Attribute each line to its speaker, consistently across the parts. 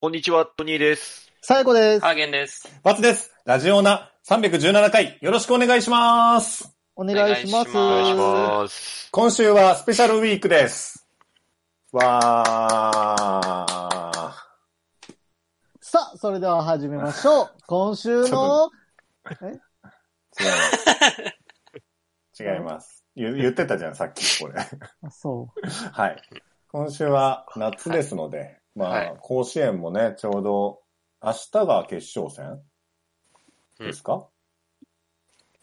Speaker 1: こんにちは、トニーです。
Speaker 2: さやこです
Speaker 3: ハ。ーゲンです。
Speaker 4: バツです。ラジオナ317回、よろしくお願いします。
Speaker 2: お願いします。
Speaker 3: お願いし
Speaker 1: お願いしま
Speaker 2: は
Speaker 1: す。
Speaker 4: 今週はスペシャルウィークです。わー。
Speaker 2: さあ、それでは始めましょう。今週の、
Speaker 4: 違います。違います。言言ってたじゃん、さっき、これ。
Speaker 2: あそう。
Speaker 4: はい。今週は夏ですので、まあ、
Speaker 3: はい
Speaker 4: 甲子園もね、ちょうど、明日が決勝戦ですか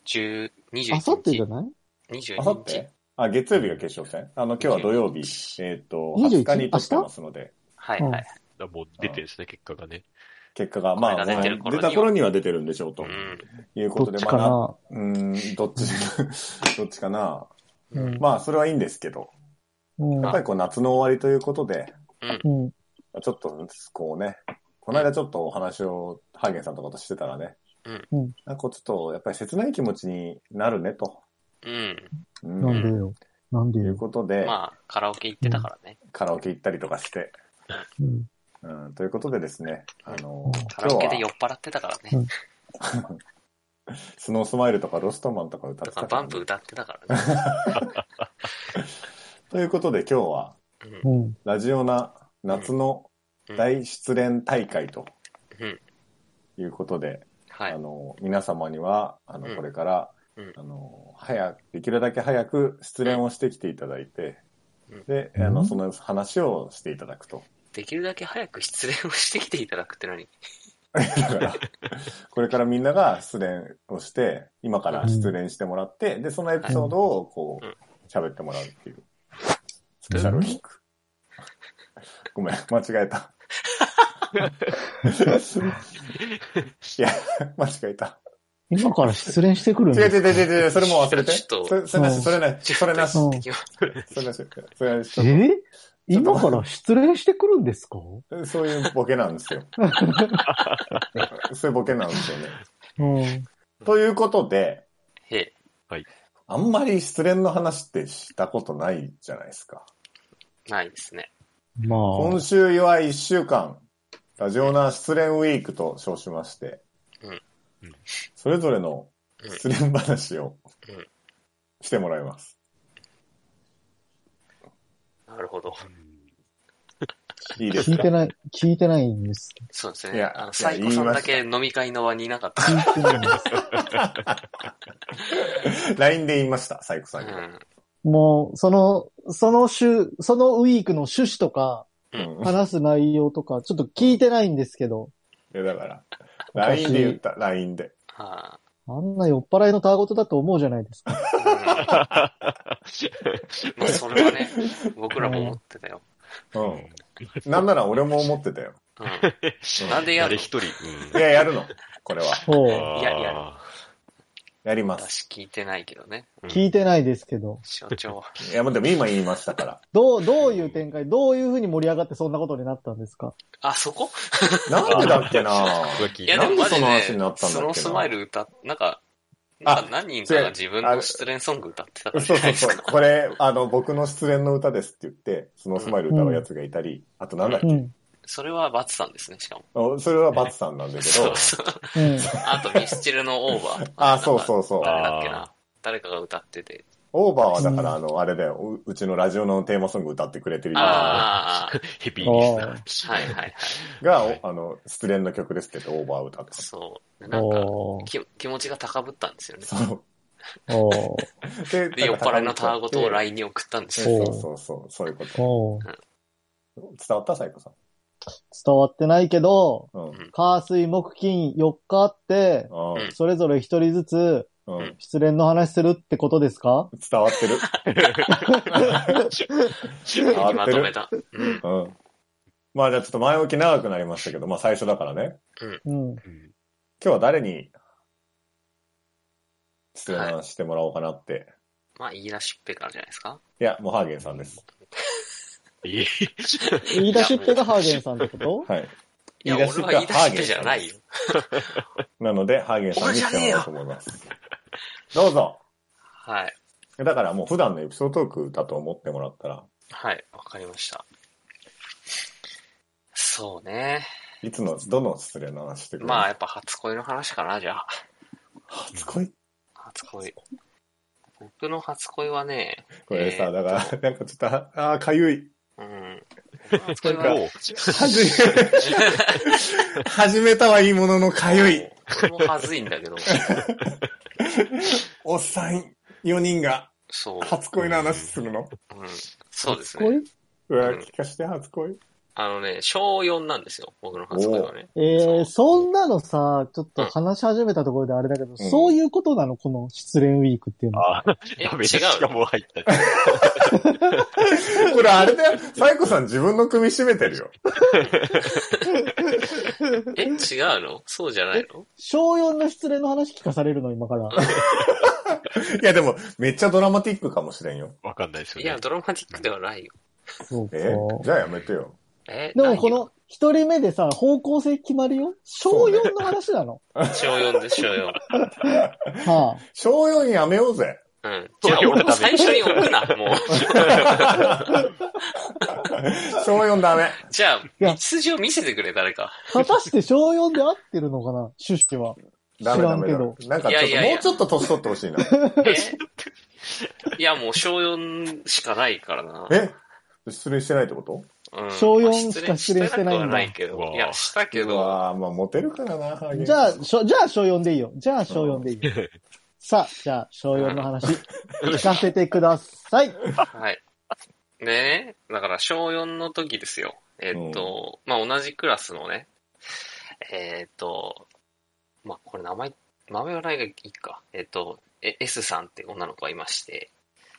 Speaker 3: 10、21日。
Speaker 2: あさってじゃない
Speaker 4: あさ
Speaker 3: 22
Speaker 4: っ
Speaker 3: 日
Speaker 4: て。あ、月曜日が決勝戦あの、今日は土曜日、えっ、と、
Speaker 2: 21
Speaker 4: 20日に撮ってますので、
Speaker 3: はいはい。
Speaker 1: あもう出てるんですね、結果がね。
Speaker 4: 結果が、まあ、
Speaker 3: これが出てる頃に
Speaker 4: 出
Speaker 3: は
Speaker 4: た頃には出てるんでしょう
Speaker 3: う
Speaker 4: と。
Speaker 3: ん。
Speaker 4: いう
Speaker 2: ど
Speaker 4: こと
Speaker 2: っ
Speaker 4: で、
Speaker 2: ち
Speaker 4: まあ
Speaker 2: か
Speaker 4: な
Speaker 2: な。
Speaker 4: うーん、どっち、どっちかな。
Speaker 2: う
Speaker 3: うん
Speaker 2: ん。
Speaker 4: まあ、それはいいんですけど、
Speaker 2: うん
Speaker 4: やっぱりこう夏の終わりということで、
Speaker 2: うん。
Speaker 4: ちょっと、こうね、この間ちょっとお話をハーゲンさんとかとしてたらね、
Speaker 2: うん
Speaker 4: なんかこうちょっと、やっぱり切ない気持ちになるね、と。
Speaker 3: うん。
Speaker 4: う
Speaker 2: なんで
Speaker 4: ん。
Speaker 2: よ。なんで
Speaker 4: という
Speaker 2: よ。
Speaker 4: ことで、
Speaker 3: まあ、カラオケ行ってたからね。
Speaker 4: カラオケ行ったりとかして、
Speaker 2: うん
Speaker 4: うん、ということでですね、あの、
Speaker 3: カ
Speaker 4: 今
Speaker 3: ラオケで
Speaker 4: 日
Speaker 3: 酔
Speaker 4: は
Speaker 3: っ払ってたからね
Speaker 2: う。ん
Speaker 4: スノースマイルとかロストマンとか歌って
Speaker 3: と
Speaker 4: たか
Speaker 3: からバンプ歌ってたからね。
Speaker 4: ということで今日は、
Speaker 3: うん
Speaker 2: うん。
Speaker 4: ラジオな夏の大失恋大会と
Speaker 3: うん。
Speaker 4: いうことで、
Speaker 3: は
Speaker 4: あ
Speaker 3: い。
Speaker 4: の、皆様には、あ
Speaker 3: う
Speaker 4: の、
Speaker 3: ん
Speaker 4: これから、
Speaker 3: うん
Speaker 4: あの、早く、できるだけ早く失恋をしてきていただいて、
Speaker 3: うん
Speaker 4: で、
Speaker 2: うん
Speaker 4: あの、その話をしていただくと。
Speaker 3: できるだけ早く失恋をしてきていただくって何
Speaker 4: だから、 これからみんなが失恋をして、今から失恋してもらって、で、そのエピソードを、こ
Speaker 3: うん
Speaker 4: う、喋ってもらうっていう、スペシャルウィーク。 ごめん、間違 えた。いや、間違えた。
Speaker 2: 今から失恋してくる
Speaker 4: 違う
Speaker 2: の
Speaker 4: 違う違う違う、それもう忘れて。
Speaker 3: ちょっと
Speaker 4: それそれな
Speaker 2: うん
Speaker 4: し、それな
Speaker 2: う
Speaker 4: し、それなし、そ
Speaker 2: ん
Speaker 3: できま
Speaker 4: れなし、それなし。
Speaker 2: え今から失恋してくるんですか
Speaker 4: そういうボケなんですよ。 そういうボケなんですよね。
Speaker 2: うん。
Speaker 4: ということで、
Speaker 3: へえ。
Speaker 4: あんまり失恋の話ってしたことないじゃないですか。
Speaker 3: ないですね。
Speaker 2: ま
Speaker 4: 今
Speaker 2: あ、
Speaker 4: 週は1週間、ラジオな失恋ウィークと称しまして
Speaker 3: うん
Speaker 1: うん、
Speaker 4: それぞれの
Speaker 3: うん
Speaker 4: 失恋話を
Speaker 3: うん
Speaker 4: してもらいます。
Speaker 3: なるほど。
Speaker 4: いいです
Speaker 2: 聞い
Speaker 4: か
Speaker 2: てない、聞いてないんです。
Speaker 3: そうです
Speaker 4: い
Speaker 3: ね。
Speaker 4: や
Speaker 3: あ
Speaker 4: いや
Speaker 3: の、サイコさんだけ飲み会の輪にいなかった。
Speaker 2: 聞いてないんです。
Speaker 4: ?LINE で言いました、サイコ
Speaker 3: う
Speaker 4: さんに。
Speaker 3: ん。
Speaker 2: もう、その、その週、そのウィークの趣旨とか、
Speaker 4: うん
Speaker 2: 話す内容とか、ちょっと聞いてないんですけど、
Speaker 4: いや、だから、
Speaker 2: 私
Speaker 4: LINE で言った、LINE で。
Speaker 3: は
Speaker 2: あんな酔っ払いのたわごとだと思うじゃない ですか。
Speaker 3: あ。うんまあ、それはね、僕らも思ってたよ。
Speaker 4: うん。なんなら俺も思ってたよ。
Speaker 3: うん。なんでや
Speaker 1: 誰
Speaker 3: るの
Speaker 1: 一人。
Speaker 4: いや、やるの。これは。
Speaker 2: そう。
Speaker 1: い
Speaker 3: いやいや
Speaker 4: やります。
Speaker 3: 私聞いてないけどね。
Speaker 2: 聞いてないですけど、
Speaker 3: 所長は。
Speaker 4: いや、でも今言いましたから。
Speaker 2: どう、どういう展開、どういうふうに盛り上がってそんなことになったんですか
Speaker 3: あ、そこ
Speaker 4: なんでだっけな
Speaker 3: いうやでも
Speaker 4: な
Speaker 3: マジ
Speaker 4: んでその
Speaker 3: で、
Speaker 4: 話になったんだ
Speaker 3: そ
Speaker 4: っけな
Speaker 3: のスマイル歌っ、なんか、
Speaker 4: あ
Speaker 3: なんか何人かが自分の失恋ソング歌ってたからじ
Speaker 4: そ
Speaker 3: ゃ
Speaker 4: う
Speaker 3: な
Speaker 4: そ
Speaker 3: いうです
Speaker 4: そう
Speaker 3: か。。
Speaker 4: これ、あの、僕の失恋の歌ですって言って、そのスマイル歌うやつがいたり、あとなんだっけ、
Speaker 2: うん。
Speaker 3: それはバツさんですね、しかも。
Speaker 4: おそれはバツさんなんだけ
Speaker 3: そ
Speaker 4: ど
Speaker 3: う、そう。
Speaker 2: うん。
Speaker 3: あとミスチルのオーバー。
Speaker 4: あ、そうそうそう。
Speaker 3: 誰だっけな。誰かが歌ってて。
Speaker 4: オーバーはだから、
Speaker 2: うん
Speaker 4: あの、あれだよう、うちのラジオのテーマソング歌ってくれてるような
Speaker 3: ああ
Speaker 1: ヘビーリス
Speaker 3: あ
Speaker 1: ナ
Speaker 3: あ、はい
Speaker 1: ー。
Speaker 3: はいはい。
Speaker 4: が、
Speaker 1: はい
Speaker 4: おあの、失恋の曲ですって言ってオーバー歌ってた。
Speaker 3: そう。なんか、
Speaker 2: おー
Speaker 3: き気持ちが高ぶったんですよね。
Speaker 4: そう。
Speaker 2: おー
Speaker 4: で
Speaker 3: で、酔っ払いのたわごとを
Speaker 4: ライ
Speaker 3: LINE に送ったんですよ。
Speaker 4: そうそうそう、そういうこと。
Speaker 2: おー
Speaker 4: 伝わったサイコさん。
Speaker 2: 伝わってないけど、
Speaker 4: うん。
Speaker 2: 火水木金4日あって、
Speaker 4: う
Speaker 2: それぞれ1人ずつ
Speaker 4: ん。う
Speaker 3: うん
Speaker 4: ん。
Speaker 2: 失恋の話するってことですか
Speaker 4: 伝わってる。
Speaker 3: まとめた。うん。
Speaker 4: うん。まあじゃあちょっと前置き長くなりましたけど、まあ最初だからね。
Speaker 2: うん。
Speaker 4: 今日は誰に質問してもらおうかなって。い、
Speaker 3: まあ、言い出しっぺからじゃないですか。
Speaker 4: や、もうハーゲンさんです。
Speaker 1: い
Speaker 2: 言い出しっぺがハーゲンさんってこと
Speaker 4: はい。
Speaker 3: いや、俺
Speaker 4: 言い出しっぺ
Speaker 3: は
Speaker 4: は
Speaker 3: 言い出しっぺじゃないよ。
Speaker 4: なので、ハーゲンさんにしてもらおうと思います。どうぞ。
Speaker 3: はい。
Speaker 4: だからもう普段のエピソードトークだと思ってもらったら。
Speaker 3: はい、わかりました。そうね。
Speaker 4: いつの、どの失礼の話してくる
Speaker 3: まあ、やっぱ初恋の話かな、じゃあ。
Speaker 4: 初恋
Speaker 3: 初恋。僕の初恋はね、
Speaker 4: これさ、
Speaker 3: えー
Speaker 4: だから、なんかちょっと、ああー、かゆい。
Speaker 3: うん。僕の初恋は、
Speaker 1: おう
Speaker 4: はじ、 始めたはいいものの、かゆい。。
Speaker 3: もはずいんだけど、
Speaker 4: おっさん4人が
Speaker 3: そう。
Speaker 4: 初恋の話するの
Speaker 3: うん、そうですね。
Speaker 2: 恋
Speaker 4: うわ、聞かして、初恋。
Speaker 3: あのね、小4なんですよ、僕の初恋はね。
Speaker 2: えー、そんなのさ、ちょっと話し始めたところであれだけど、そういうことなのこの失恋ウィークっていうのは。
Speaker 1: ああ、
Speaker 3: え、
Speaker 1: や
Speaker 3: 違
Speaker 1: べえ、し
Speaker 3: う
Speaker 1: か
Speaker 3: よ。
Speaker 1: も入った。
Speaker 4: これあれだよ。サイコさん自分の首絞めてるよ。
Speaker 3: え、違うのそうじゃないの
Speaker 2: 小4の失恋の話聞かされるの、今 から。
Speaker 4: いや、でも、めっちゃドラマティックかもしれんよ。
Speaker 1: わかんないです
Speaker 3: い
Speaker 1: よ
Speaker 3: や、
Speaker 1: ね。
Speaker 3: ドラマティックではないよ。
Speaker 2: そうか。
Speaker 4: えじゃあやめてよ。
Speaker 3: え、
Speaker 2: で
Speaker 3: な
Speaker 2: も
Speaker 3: いよ
Speaker 2: この、一人目でさ、方向性決まるよ小4の話なの。
Speaker 3: 小4です、小4。
Speaker 2: は
Speaker 4: 小4やめようぜ。
Speaker 3: うん。
Speaker 1: そう
Speaker 3: じゃあ、
Speaker 1: よ
Speaker 3: 俺も最初に置くな、もう。
Speaker 4: 小4ダメ。
Speaker 3: じゃあ、道筋を見せてくれ、誰か。
Speaker 2: あ、果たして小4で合ってるのかな趣旨は。
Speaker 4: ダメダメ
Speaker 2: 知ら
Speaker 4: ダ
Speaker 2: ん
Speaker 4: メ。なんか
Speaker 3: い
Speaker 4: ちょ
Speaker 3: や
Speaker 4: っ
Speaker 3: い
Speaker 4: と、
Speaker 3: やいや
Speaker 4: もうちょっと年取ってほ しいな。
Speaker 3: え いや、もう小4しかないからな。
Speaker 4: え失礼してないってこと
Speaker 3: うん
Speaker 2: 小四しか失恋してないんだ
Speaker 3: まあ失恋したくはないけど。
Speaker 1: うわ
Speaker 3: いや、したけ
Speaker 4: う
Speaker 3: ど、
Speaker 4: わーまあモテるからな、ハーゲン
Speaker 2: じゃあ、しょじゃあ小4でいいよ。じゃあ小4でいいよ。さあ、じゃあ小4の 話、聞かせてください。
Speaker 3: はい。ねえ、だから小4の時ですよ。えっと、まあ、同じクラスのね、えっと、まあ、これ名前、名前はないがいいか。えっと、え S さんって女の子がいまして、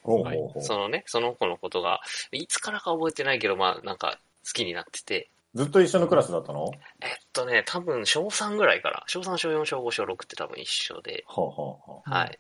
Speaker 4: ほうほうほう
Speaker 3: そのね、その子のことが、いつからか覚えてないけど、まあ、なんか、好きになってて、
Speaker 4: ずっと一緒のクラスだったのは
Speaker 3: えっとね、多分、小3ぐらいから、小3、小4、小5、小6って多分一緒で、
Speaker 4: あはあはあ
Speaker 3: はい。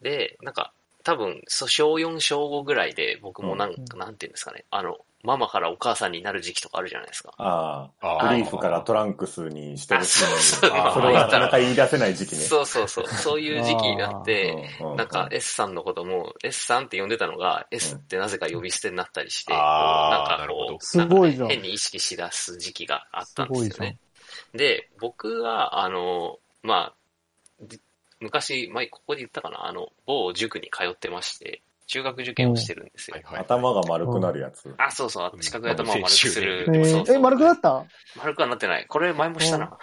Speaker 3: で、なんか、多分、そう小4、小5ぐらいで、僕もなんか、なんていうんですかね、あの、ママからお母さんになる時期とかあるじゃないですか。
Speaker 4: あ
Speaker 1: あ
Speaker 4: あ、
Speaker 1: あ
Speaker 4: ブリーフからトランクスにし てほしいのに、
Speaker 3: あ
Speaker 4: そ
Speaker 3: そう
Speaker 4: れ
Speaker 1: そう
Speaker 4: はなかなか言い出せない時期ね。
Speaker 3: そうそうそう、そういう時期になって、
Speaker 4: うんうんうん
Speaker 3: なんか S さんのことも、S さんって呼んでたのが、S ってなぜか呼び捨てになったりして、
Speaker 1: あー
Speaker 3: こう
Speaker 1: なるほど
Speaker 2: すごいじゃん
Speaker 3: 変に意識しだす時期があったんです
Speaker 2: すごい
Speaker 3: よ
Speaker 2: じ
Speaker 3: ね。で、僕は、あの、まあ、じ昔、前ここで言ったかな、あの、某塾に通ってまして、中学受験をしてるんですよ。
Speaker 1: はいはい
Speaker 4: 頭が丸くなるやつ。
Speaker 3: あ、そうそう、四角い頭を丸くする。
Speaker 2: え
Speaker 3: そう
Speaker 2: ー、
Speaker 3: そう
Speaker 2: え、丸くなった
Speaker 3: 丸くはなってない。これ前もしたな。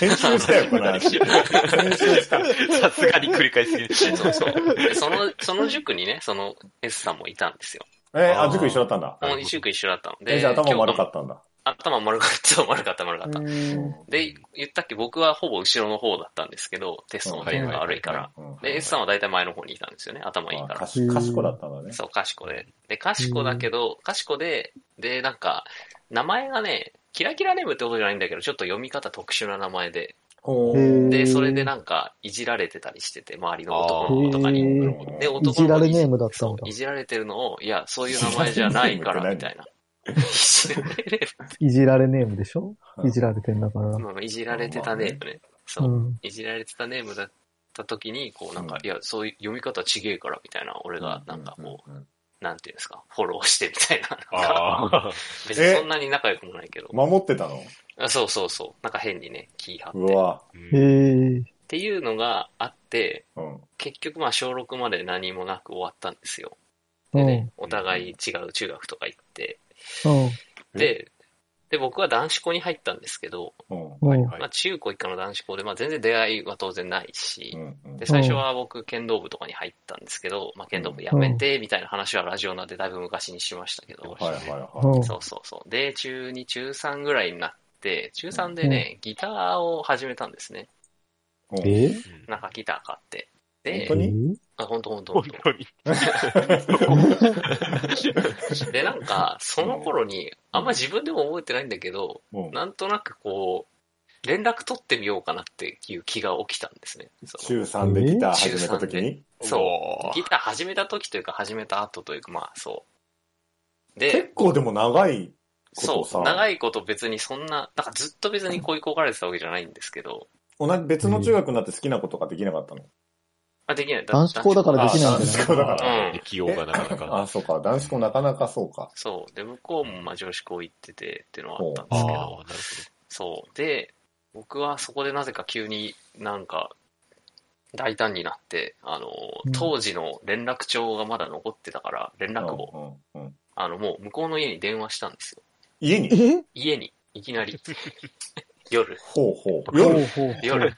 Speaker 4: 編集したよ、この話。編集した。
Speaker 1: さすがに繰り返しすぎる。
Speaker 3: そう そう。でその、その塾にね、その S さんもいたんですよ。
Speaker 4: え、
Speaker 1: あ
Speaker 4: あ、
Speaker 1: ー
Speaker 4: 塾一緒だったんだ。
Speaker 1: なるほ
Speaker 3: も
Speaker 1: ど
Speaker 3: う一塾一緒だったので。
Speaker 4: え、じゃあ頭悪
Speaker 3: た。
Speaker 4: かったんだ。
Speaker 3: 頭丸かった、 そう丸かった、丸かった。
Speaker 2: うん
Speaker 3: で、言ったっけ、僕はほぼ後ろの方だったんですけど、テストの点が悪いから。
Speaker 4: うん。
Speaker 3: で、S さんは大体前の方にいたんですよね、頭いい
Speaker 4: あ
Speaker 3: か
Speaker 4: か
Speaker 3: ら。
Speaker 4: し賢だったんだね。
Speaker 3: そう、賢で。で、賢だけど、賢で、で、なんか、名前がね、キラキラネームってことじゃないんだけど、ちょっと読み方特殊な名前で、
Speaker 4: ほ
Speaker 2: へ
Speaker 4: う。
Speaker 2: え
Speaker 3: で、
Speaker 2: ー
Speaker 3: それでなんか、いじられてたりしてて、周りの男の子とか
Speaker 2: あ
Speaker 3: に。
Speaker 4: ー
Speaker 3: で、
Speaker 4: へー
Speaker 3: 男
Speaker 2: いじ
Speaker 3: の子に
Speaker 2: られネームだった
Speaker 3: そ
Speaker 2: ん
Speaker 3: う、
Speaker 2: だ
Speaker 3: い。じられてるのを、いや、そういう名前じゃないから、みたいな。いじられる
Speaker 2: いじられネームでしょ
Speaker 4: うん
Speaker 2: いじられてんだから。
Speaker 3: まあいじられてたネームね。 そうう。
Speaker 2: ん。
Speaker 3: いじられてたネームだった時に、こう、なん
Speaker 4: う
Speaker 3: か、
Speaker 4: ん
Speaker 3: いや、そういう読み方ちげえから、みたいな、俺が、なんかこ
Speaker 4: うん。
Speaker 3: う、なんていうんですか、フォローして、みたいな。なんか
Speaker 1: ああ。
Speaker 3: 別にそんなに仲良くもないけど。
Speaker 4: 守ってたの
Speaker 3: あそうそうそう。なんか変にね、気張
Speaker 4: う
Speaker 3: って。っ
Speaker 4: わ。
Speaker 2: えー、
Speaker 3: ていうのがあって、
Speaker 4: うん。
Speaker 3: 結局まあ小6まで何もなく終わったんですよ。
Speaker 2: う
Speaker 3: で
Speaker 2: ん。
Speaker 3: ね、お互い違う中学とか行って、
Speaker 2: うん。
Speaker 3: で、で、僕は男子校に入ったんですけど、
Speaker 4: うん。
Speaker 2: うん
Speaker 1: はいは
Speaker 3: ま
Speaker 1: い
Speaker 3: あ、中高一貫の男子校で、まあ、全然出会いは当然ないし
Speaker 4: う、んうん
Speaker 3: で、最初は僕、剣道部とかに入ったんですけど、まあ、剣道部やめて、みたいな話はラジオなんでだいぶ昔にしましたけど、
Speaker 4: はいはいは
Speaker 2: うん
Speaker 3: そうそうそう。で、中2、中3ぐらいになって、中3でね、ギターを始めたんですね。
Speaker 4: い。うん
Speaker 2: え
Speaker 3: なんかギター買って。
Speaker 4: 本
Speaker 3: で
Speaker 4: 当、に
Speaker 3: あ、ほんとほんとほん
Speaker 1: 本
Speaker 3: と。
Speaker 1: 当に。
Speaker 3: で、なんか、その頃に、あんま自分でも覚えてないんだけど、
Speaker 4: うん
Speaker 3: なんとなくこう、連絡取ってみようかなっていう気が起きたんですね。そう
Speaker 4: 中3でギター始めた時に
Speaker 3: そう。ギター始めた時というか、始めた後というか、まあそう。で、
Speaker 4: 結構でも長い。こと
Speaker 3: そ
Speaker 4: をさ
Speaker 3: う、長いこと別にそんな、なんかずっと別に恋焦がれてたわけじゃないんですけど、
Speaker 4: 同じ別の中学になって好きなことができなかったの
Speaker 3: あ、できない。だ
Speaker 2: 男子校だからできないん
Speaker 4: 男
Speaker 2: じゃ
Speaker 4: 子
Speaker 2: ない
Speaker 4: 校だから。
Speaker 3: うん
Speaker 1: できようがなかなか。
Speaker 4: あ、そうか。男子校なかなかそうか。
Speaker 3: そう。で、向こうもまあ女子校行っててっていうのはあったん
Speaker 1: あ
Speaker 3: で
Speaker 1: あ、な
Speaker 3: すけ
Speaker 1: る
Speaker 3: ど、
Speaker 1: ほど。
Speaker 3: そう。で、僕はそこでなぜか急になんか大胆になって、あの
Speaker 2: うん、
Speaker 3: 当時の連絡帳がまだ残ってたから、連絡簿、
Speaker 4: うんうんうん
Speaker 3: あの、もう向こうの家に電話したんですよ。
Speaker 4: 家に
Speaker 2: え
Speaker 3: 家に、いきなり。 夜、
Speaker 4: ほうほう。
Speaker 2: ほ
Speaker 4: 夜
Speaker 2: うほう。
Speaker 3: 夜、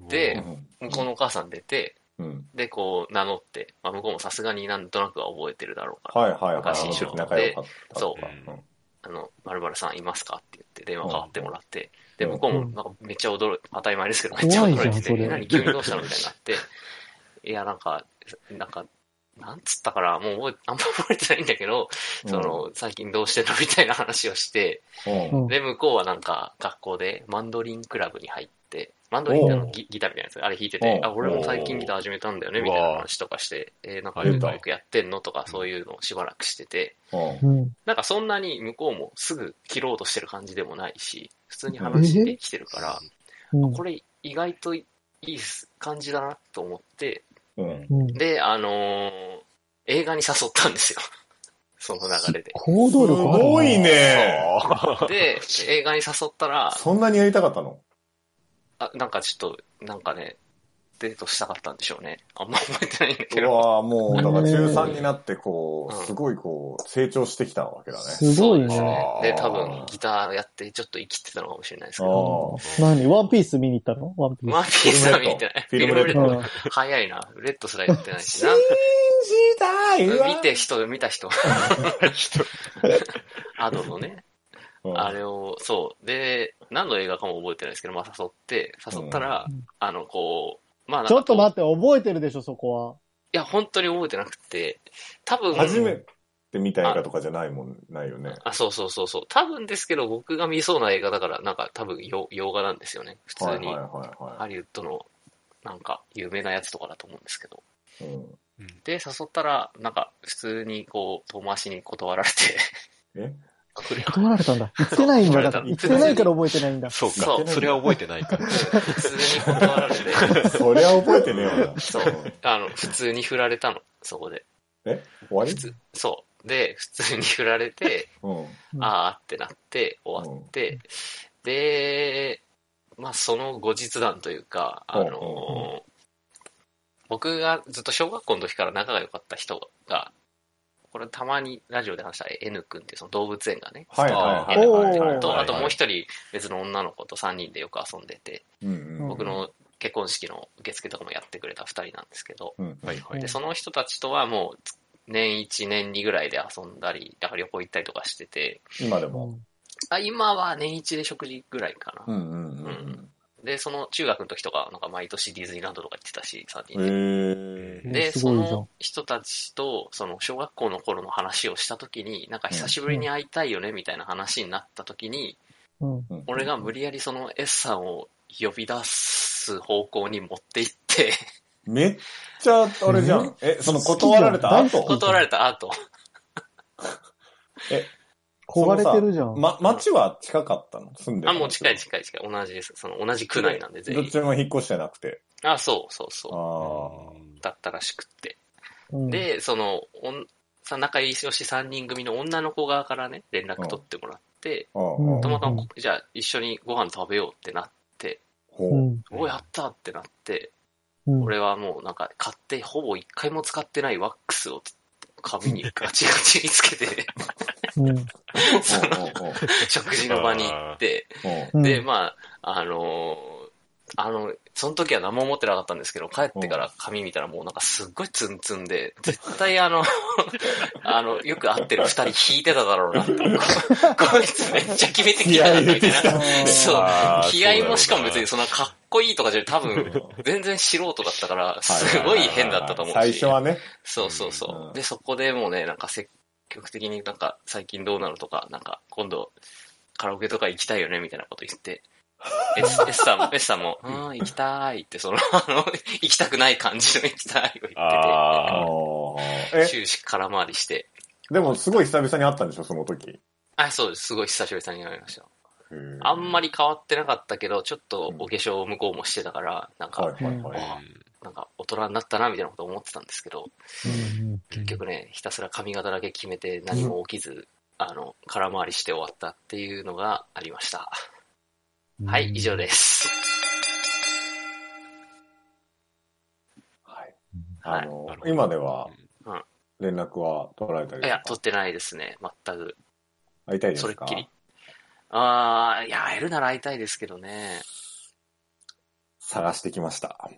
Speaker 3: で
Speaker 4: うん
Speaker 3: 向こうのお母さん出て、
Speaker 4: うん。
Speaker 3: で、こう名乗って、まあ、向こうもさすがになんとなくは覚えてるだろうから、
Speaker 4: はいはいはい。
Speaker 3: 昔一緒
Speaker 4: 仲良かった。
Speaker 3: そう
Speaker 4: うん
Speaker 3: あの、〇〇さんいますかって言って電話かわってもらって、
Speaker 4: うん
Speaker 3: で、向こうもなんかめっちゃ驚いて、当たり前ですけど、
Speaker 2: 怖
Speaker 3: め
Speaker 2: いじ
Speaker 3: っち
Speaker 2: ゃ
Speaker 3: ゃ
Speaker 2: ん
Speaker 3: 驚いて
Speaker 2: そ
Speaker 3: て、
Speaker 2: れ
Speaker 3: え何急にどうしたのみたいになって、 いや、なんか、なんか、なんつったから、もう覚え、あんま覚えてないんだけど、そ、の、最近どうしてんのみたいな話をして、
Speaker 4: うん
Speaker 3: で、向こうはなんか、学校でマンドリンクラブに入って、マンドリンってあのギギターみたいなやつ、あれ弾いてて
Speaker 4: お、う
Speaker 3: あ、俺も最近ギター始めたんだよね、
Speaker 1: おう
Speaker 3: みたいな話とかして、えーなんか
Speaker 4: 出た
Speaker 3: よくやってんのとか、そういうのをしばらくしてて、
Speaker 4: うん
Speaker 2: うん。
Speaker 3: なんかそんなに向こうもすぐ切ろうとしてる感じでもないし、普通に話してきてるから、
Speaker 2: うん。
Speaker 3: これ意外といい感じだなと思って、
Speaker 4: うん。
Speaker 2: うん
Speaker 3: で、あのー映画に誘ったんですよ。 その流れで。
Speaker 2: 行動
Speaker 4: す
Speaker 2: 力あるな
Speaker 4: ごい。ね
Speaker 3: で、映画に誘ったら、
Speaker 4: そんなにやりたかったの
Speaker 3: あなんかちょっと、なんかね、デートしたかったんでしょうね。あんま覚えてないんだけ
Speaker 4: う
Speaker 3: ど。
Speaker 4: わーもう、だから
Speaker 2: ね
Speaker 4: 中3になって、こ
Speaker 3: う
Speaker 4: う、
Speaker 3: ん
Speaker 4: すごいこう、成長してきたわけだね。
Speaker 2: すごい
Speaker 3: そう
Speaker 2: ね。
Speaker 3: ですね。で、多分ギターやってちょっと生きてたのかもしれないですけ
Speaker 4: あ
Speaker 3: ど。
Speaker 4: ー
Speaker 2: 何ワンピース見に行ったのワンピ
Speaker 3: ワン
Speaker 2: ー
Speaker 3: ピースは見てない。
Speaker 4: フィルムレッド
Speaker 3: フ
Speaker 2: ス。う
Speaker 3: ィ
Speaker 2: ん。
Speaker 3: 早いな。レッドすらやってないし。
Speaker 4: 信
Speaker 3: なん
Speaker 4: じたいわ
Speaker 3: 見て、人、見 た人。 アドのね、
Speaker 4: うん
Speaker 3: あれを、そう。で、何の映画かも覚えてないですけど、まあ誘って、誘ったら、
Speaker 2: うん
Speaker 3: あの、こう、まあなん
Speaker 2: ち
Speaker 3: か
Speaker 2: ょっと
Speaker 3: こう
Speaker 2: 待って、覚えてるでしょ、そこ
Speaker 3: いや、本当に覚えてなくて、多分、
Speaker 4: 初めて見た映画とかじゃないもん、ないよね。
Speaker 3: あ、そうそうそうそう。多分ですけど、僕が見そうな映画だから、なんか多分洋、洋画なんですよね。普
Speaker 4: はい
Speaker 3: 通
Speaker 4: はい
Speaker 3: に、ハ
Speaker 4: は
Speaker 3: リウッドの、なんか、有名なやつとかだと思うんですけど。
Speaker 4: いはい。うん
Speaker 3: で、誘ったら、なんか、普通に、こう、遠回しに断られて、
Speaker 4: え
Speaker 2: は。断られたんだ。行ってないんだ。だから行ってないから覚えてないんだ。
Speaker 1: そうか
Speaker 3: そう
Speaker 1: それは覚えてないから。
Speaker 3: 普通に断られて、
Speaker 4: そりゃ覚えてねえわ な。
Speaker 3: そうあの、普通に振られたの、そこで。
Speaker 4: え終わり
Speaker 3: 普通、そう。で、普通に振られて、
Speaker 4: うん。
Speaker 2: うん
Speaker 3: あーってなって、終わって、で、まあ、その後日談というか、あのー
Speaker 4: うんう
Speaker 3: 僕がずっと小学校の時から仲が良かった人が、これたまにラジオで話した N 君っていうその動物園がね、
Speaker 4: はいはいはい
Speaker 2: おー
Speaker 4: はいはいはい。
Speaker 3: と、あともう
Speaker 4: 人。
Speaker 3: 一人別の女の子と3人でよく遊んでて、僕の結婚式の受付とかもやってくれた2人なんですけど、
Speaker 4: うん。
Speaker 1: はいは
Speaker 2: う
Speaker 1: い
Speaker 3: で、
Speaker 2: ん。
Speaker 3: その人たちとはもう、年1、年2ぐらいで遊んだり、だから旅行行ったりとかしてて、
Speaker 4: 今で
Speaker 2: う
Speaker 4: も。
Speaker 2: ん
Speaker 3: あ今は年1で食事ぐらいかな。
Speaker 4: うんうんうん
Speaker 3: で、その中学の時とか、なんか毎年ディズニーランドとか行ってたし、3人
Speaker 4: うん。
Speaker 3: で。
Speaker 4: へえ。
Speaker 3: で、
Speaker 2: す
Speaker 3: そ
Speaker 2: ごいじゃん
Speaker 3: の人たちと、その小学校の頃の話をした時に、なんか久しぶりに会いたいよね、みたいな話になった時に、
Speaker 2: うん。
Speaker 3: 俺が無理やりその S さんを呼び出す方向に持って行って、
Speaker 4: めっちゃ、あれじゃん。え、その断られた
Speaker 2: 好きじゃん
Speaker 4: 後
Speaker 3: 断られた後、
Speaker 2: 焦がれてるじゃん。
Speaker 4: ま、町は近かったの住んでた
Speaker 3: あ、
Speaker 4: の
Speaker 3: もう近い近い近い、同じです。その同じ区内なんで全
Speaker 4: どっ
Speaker 3: 員
Speaker 4: ち。も引っ越してなくて。
Speaker 3: あ、そうそう
Speaker 4: あ
Speaker 3: そ
Speaker 4: あ。
Speaker 3: う。だったらしくって。
Speaker 2: うん、
Speaker 3: で、その、おんさ仲良し3人組の女の子側からね、連絡取ってもらって、
Speaker 4: うん。
Speaker 3: たまた
Speaker 2: うん
Speaker 3: ま、じゃあ一緒にご飯食べようってなって、
Speaker 2: う
Speaker 4: ほう。
Speaker 2: ん。
Speaker 3: おやったってなって、
Speaker 2: うん。
Speaker 3: 俺はもうなんか買って、ほぼ一回も使ってないワックスを髪にガチガチにつけ て、
Speaker 2: うん
Speaker 3: その食事の場に行って、
Speaker 2: うん
Speaker 3: で、まあ、あのーあの、その時は何も思ってなかったんですけど、帰ってから髪見たらもうなんかすっごいツンツンで、絶対あの、 あの、よく会ってる二人引いてただろう なって。ここいつめっちゃ決めてきやがったみたいな。 そう。気合もしかも別にそんなかっこいいとかじゃなくて多分、全然素人だったから、すごい変だったと思うし。
Speaker 4: 最初はね。
Speaker 3: そうそうそう。
Speaker 4: うん
Speaker 3: で、そこでもうね、なんか積極的になんか最近どうなのとか、なんか今度カラオケとか行きたいよねみたいなこと言 って、S, S さんも、S さんも、うん、行きたいって、その、 あの、行きたくない感じの行きたいを言
Speaker 1: ああ。
Speaker 3: って
Speaker 4: え
Speaker 3: て、、終始空回りして、
Speaker 4: でもすごい久々に会ったんでしょ、その時。
Speaker 3: あ、そうです。すごい久しぶりに会いました。あんま
Speaker 4: り。
Speaker 3: り変わってなかったけど、ちょっとお化粧を向こうもしてたから、なんか、
Speaker 4: はいはいはい。
Speaker 3: なんか大人になったなみたいなこと思ってたんですけど、
Speaker 2: うん
Speaker 3: 結局ね、ひたすら髪型だけ決めて何も起きず、あの、空回りして終わったっていうのがありました。はい、以上です。
Speaker 4: はい。
Speaker 3: はい
Speaker 4: あの
Speaker 1: なるほ、ど
Speaker 4: 今では
Speaker 3: うん、
Speaker 4: 連絡は取られたり
Speaker 3: い
Speaker 4: と
Speaker 3: や
Speaker 4: か、
Speaker 3: 取ってないですね、全く。
Speaker 4: 会いたいです
Speaker 3: そ
Speaker 4: か
Speaker 3: れっきり。ああ、いや、会えるなら会いたいですけどね。
Speaker 4: 探してきました。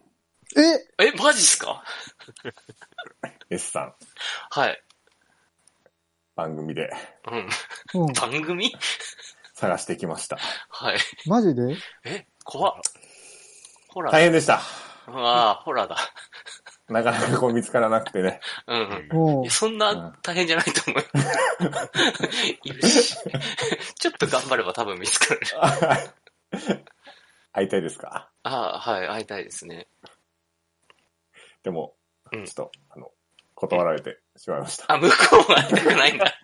Speaker 2: え
Speaker 3: え、マジっすか
Speaker 4: S さん、
Speaker 3: はい。
Speaker 4: 番 組で
Speaker 3: うん。
Speaker 2: うん。
Speaker 3: 番組
Speaker 4: 探してきました。
Speaker 3: はい。
Speaker 2: マジで
Speaker 3: え、怖っ。ホラー
Speaker 4: 大
Speaker 3: だ。
Speaker 4: 変でした。
Speaker 3: ああ、ホラーだ。
Speaker 4: なかなかこう見つからなくて ね。
Speaker 3: う
Speaker 1: う
Speaker 3: んうん。
Speaker 1: ん
Speaker 2: も
Speaker 3: いやそんな大変じゃないと思う。いるし。 ちょっと頑張れば多分見つかる。
Speaker 4: 会いたいですか
Speaker 3: ああ、はい、会いたいですね。
Speaker 4: でも、ち
Speaker 3: う
Speaker 4: ょ
Speaker 3: ん
Speaker 4: っと、あの、断られてしまいました。
Speaker 3: あ、向こうは会いたくないんだ。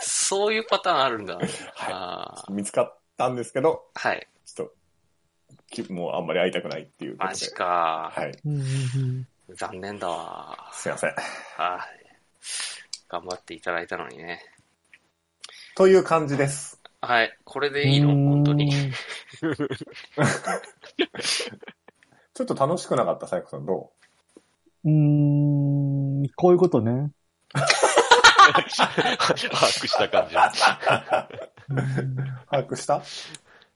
Speaker 3: そういうパターンあるんだ。
Speaker 4: は
Speaker 3: あ
Speaker 4: い。見つかったんですけど、
Speaker 3: あ、はい。
Speaker 4: ちょっとき、もうあんまり会いたくないっていうことで。
Speaker 3: マジか。
Speaker 4: はい。
Speaker 2: う、うんうんうん。
Speaker 3: 残念だわ。
Speaker 4: すいません。
Speaker 3: はい。頑張っていただいたのにね。
Speaker 4: という感じです。
Speaker 3: はい。これでいいの本当に。
Speaker 2: うん。
Speaker 4: ちょっと楽しくなかった、サイコさんど
Speaker 2: うーん、こういうことね。
Speaker 1: 把握した感じ。
Speaker 4: う把握した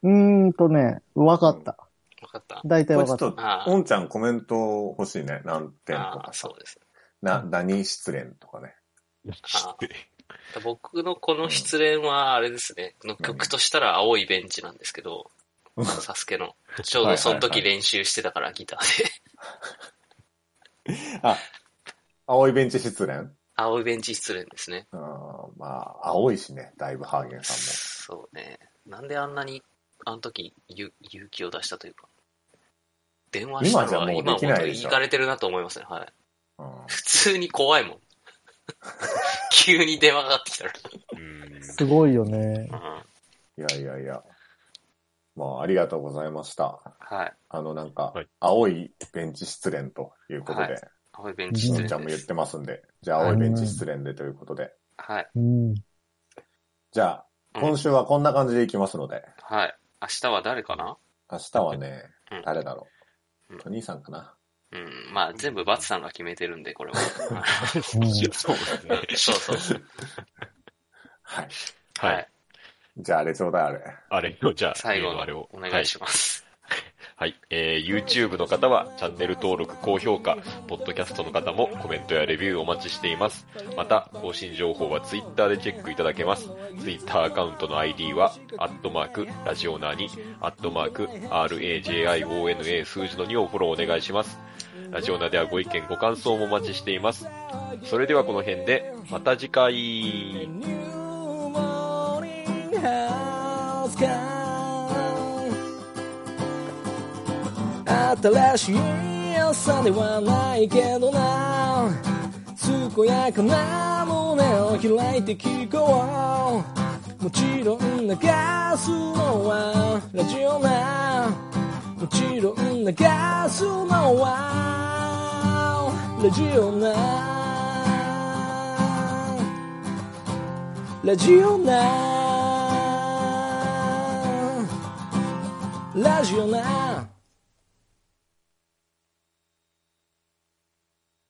Speaker 2: うーんとね、わかった。
Speaker 3: わかった。
Speaker 2: 大体
Speaker 4: これ
Speaker 2: わ
Speaker 4: ち
Speaker 2: か
Speaker 4: ょ
Speaker 2: っ。
Speaker 4: ったと、
Speaker 3: あ
Speaker 4: おんちゃんコメント欲しいね。何
Speaker 3: あ、
Speaker 4: 点と
Speaker 3: あ
Speaker 4: か
Speaker 3: あ、そうです。
Speaker 4: な、何失恋とかね。
Speaker 3: 僕のこの失恋はあれですね、の曲としたら青いベンチなんですけど、サスケの。ちょうどその
Speaker 4: はい
Speaker 3: 時
Speaker 4: はいは
Speaker 3: 練習してたから、ギターで。
Speaker 4: あ、青いベンチ失恋
Speaker 3: 青いベンチ失恋ですね。
Speaker 4: うん、まあ、青いしね、だいぶハーゲンさんも。
Speaker 3: そうね。なんであんなに、あの時、ゆ勇気を出したというか、電話したのは
Speaker 4: 今
Speaker 3: 今
Speaker 4: じゃもうでき
Speaker 3: 本
Speaker 4: な
Speaker 3: 当
Speaker 4: いで
Speaker 3: に
Speaker 4: しょ
Speaker 3: 行かれてるなと思いますね。はい。
Speaker 4: うん
Speaker 3: 普通に怖 いもん。急に電話がかかってきたら。
Speaker 2: すごいよね。
Speaker 3: うん
Speaker 4: いやいやいや。まあ、ありがとうございました。
Speaker 3: はい。
Speaker 4: あの、なんか
Speaker 1: はい、
Speaker 4: 青いベンチ失恋ということで、
Speaker 3: 青いベンチ
Speaker 4: の
Speaker 3: 失
Speaker 4: んちゃん
Speaker 3: 恋
Speaker 4: も
Speaker 3: で
Speaker 4: 言っ
Speaker 3: す。
Speaker 4: てますんで、じゃあ、青いベンチ失恋でということで。
Speaker 3: はい。
Speaker 2: うん。
Speaker 4: じゃあ、
Speaker 3: うん
Speaker 4: 今週はこんな感じでいきますので、
Speaker 3: はい。明日は誰かな
Speaker 4: 明日はね
Speaker 3: うん、
Speaker 4: 誰だろ
Speaker 3: うん
Speaker 4: う。お兄さんかな。
Speaker 3: うん。まあ、全部バツさんが決めてるんで、 これは。
Speaker 1: そうですね。
Speaker 3: そうそうそう。
Speaker 4: はい。
Speaker 1: は
Speaker 3: はいい。。
Speaker 4: じゃあ、あれちょうだい、あれ。
Speaker 1: あれを、じゃあ、
Speaker 3: 最後
Speaker 1: えー
Speaker 3: の
Speaker 1: あれを。
Speaker 3: お願いします。
Speaker 1: はい。えー YouTube の方はチャンネル登録、高評価、ポッドキャストの方もコメントやレビューお待ちしています。また、更新情報は Twitter でチェックいただけます。Twitter アカウントの ID は、アットマーク、ラジオナーに、アットマーク、RAJIONA 数字の2をフォローお願いします。ラジオナーではご意見、ご感想もお待ちしています。それではこの辺で、また次回。
Speaker 5: New morning has come 新しい朝ではないけどな健やかな胸を開いて聞こうもちろん流すのはラジオなもちろん流すのはラジオなラジオなラジオな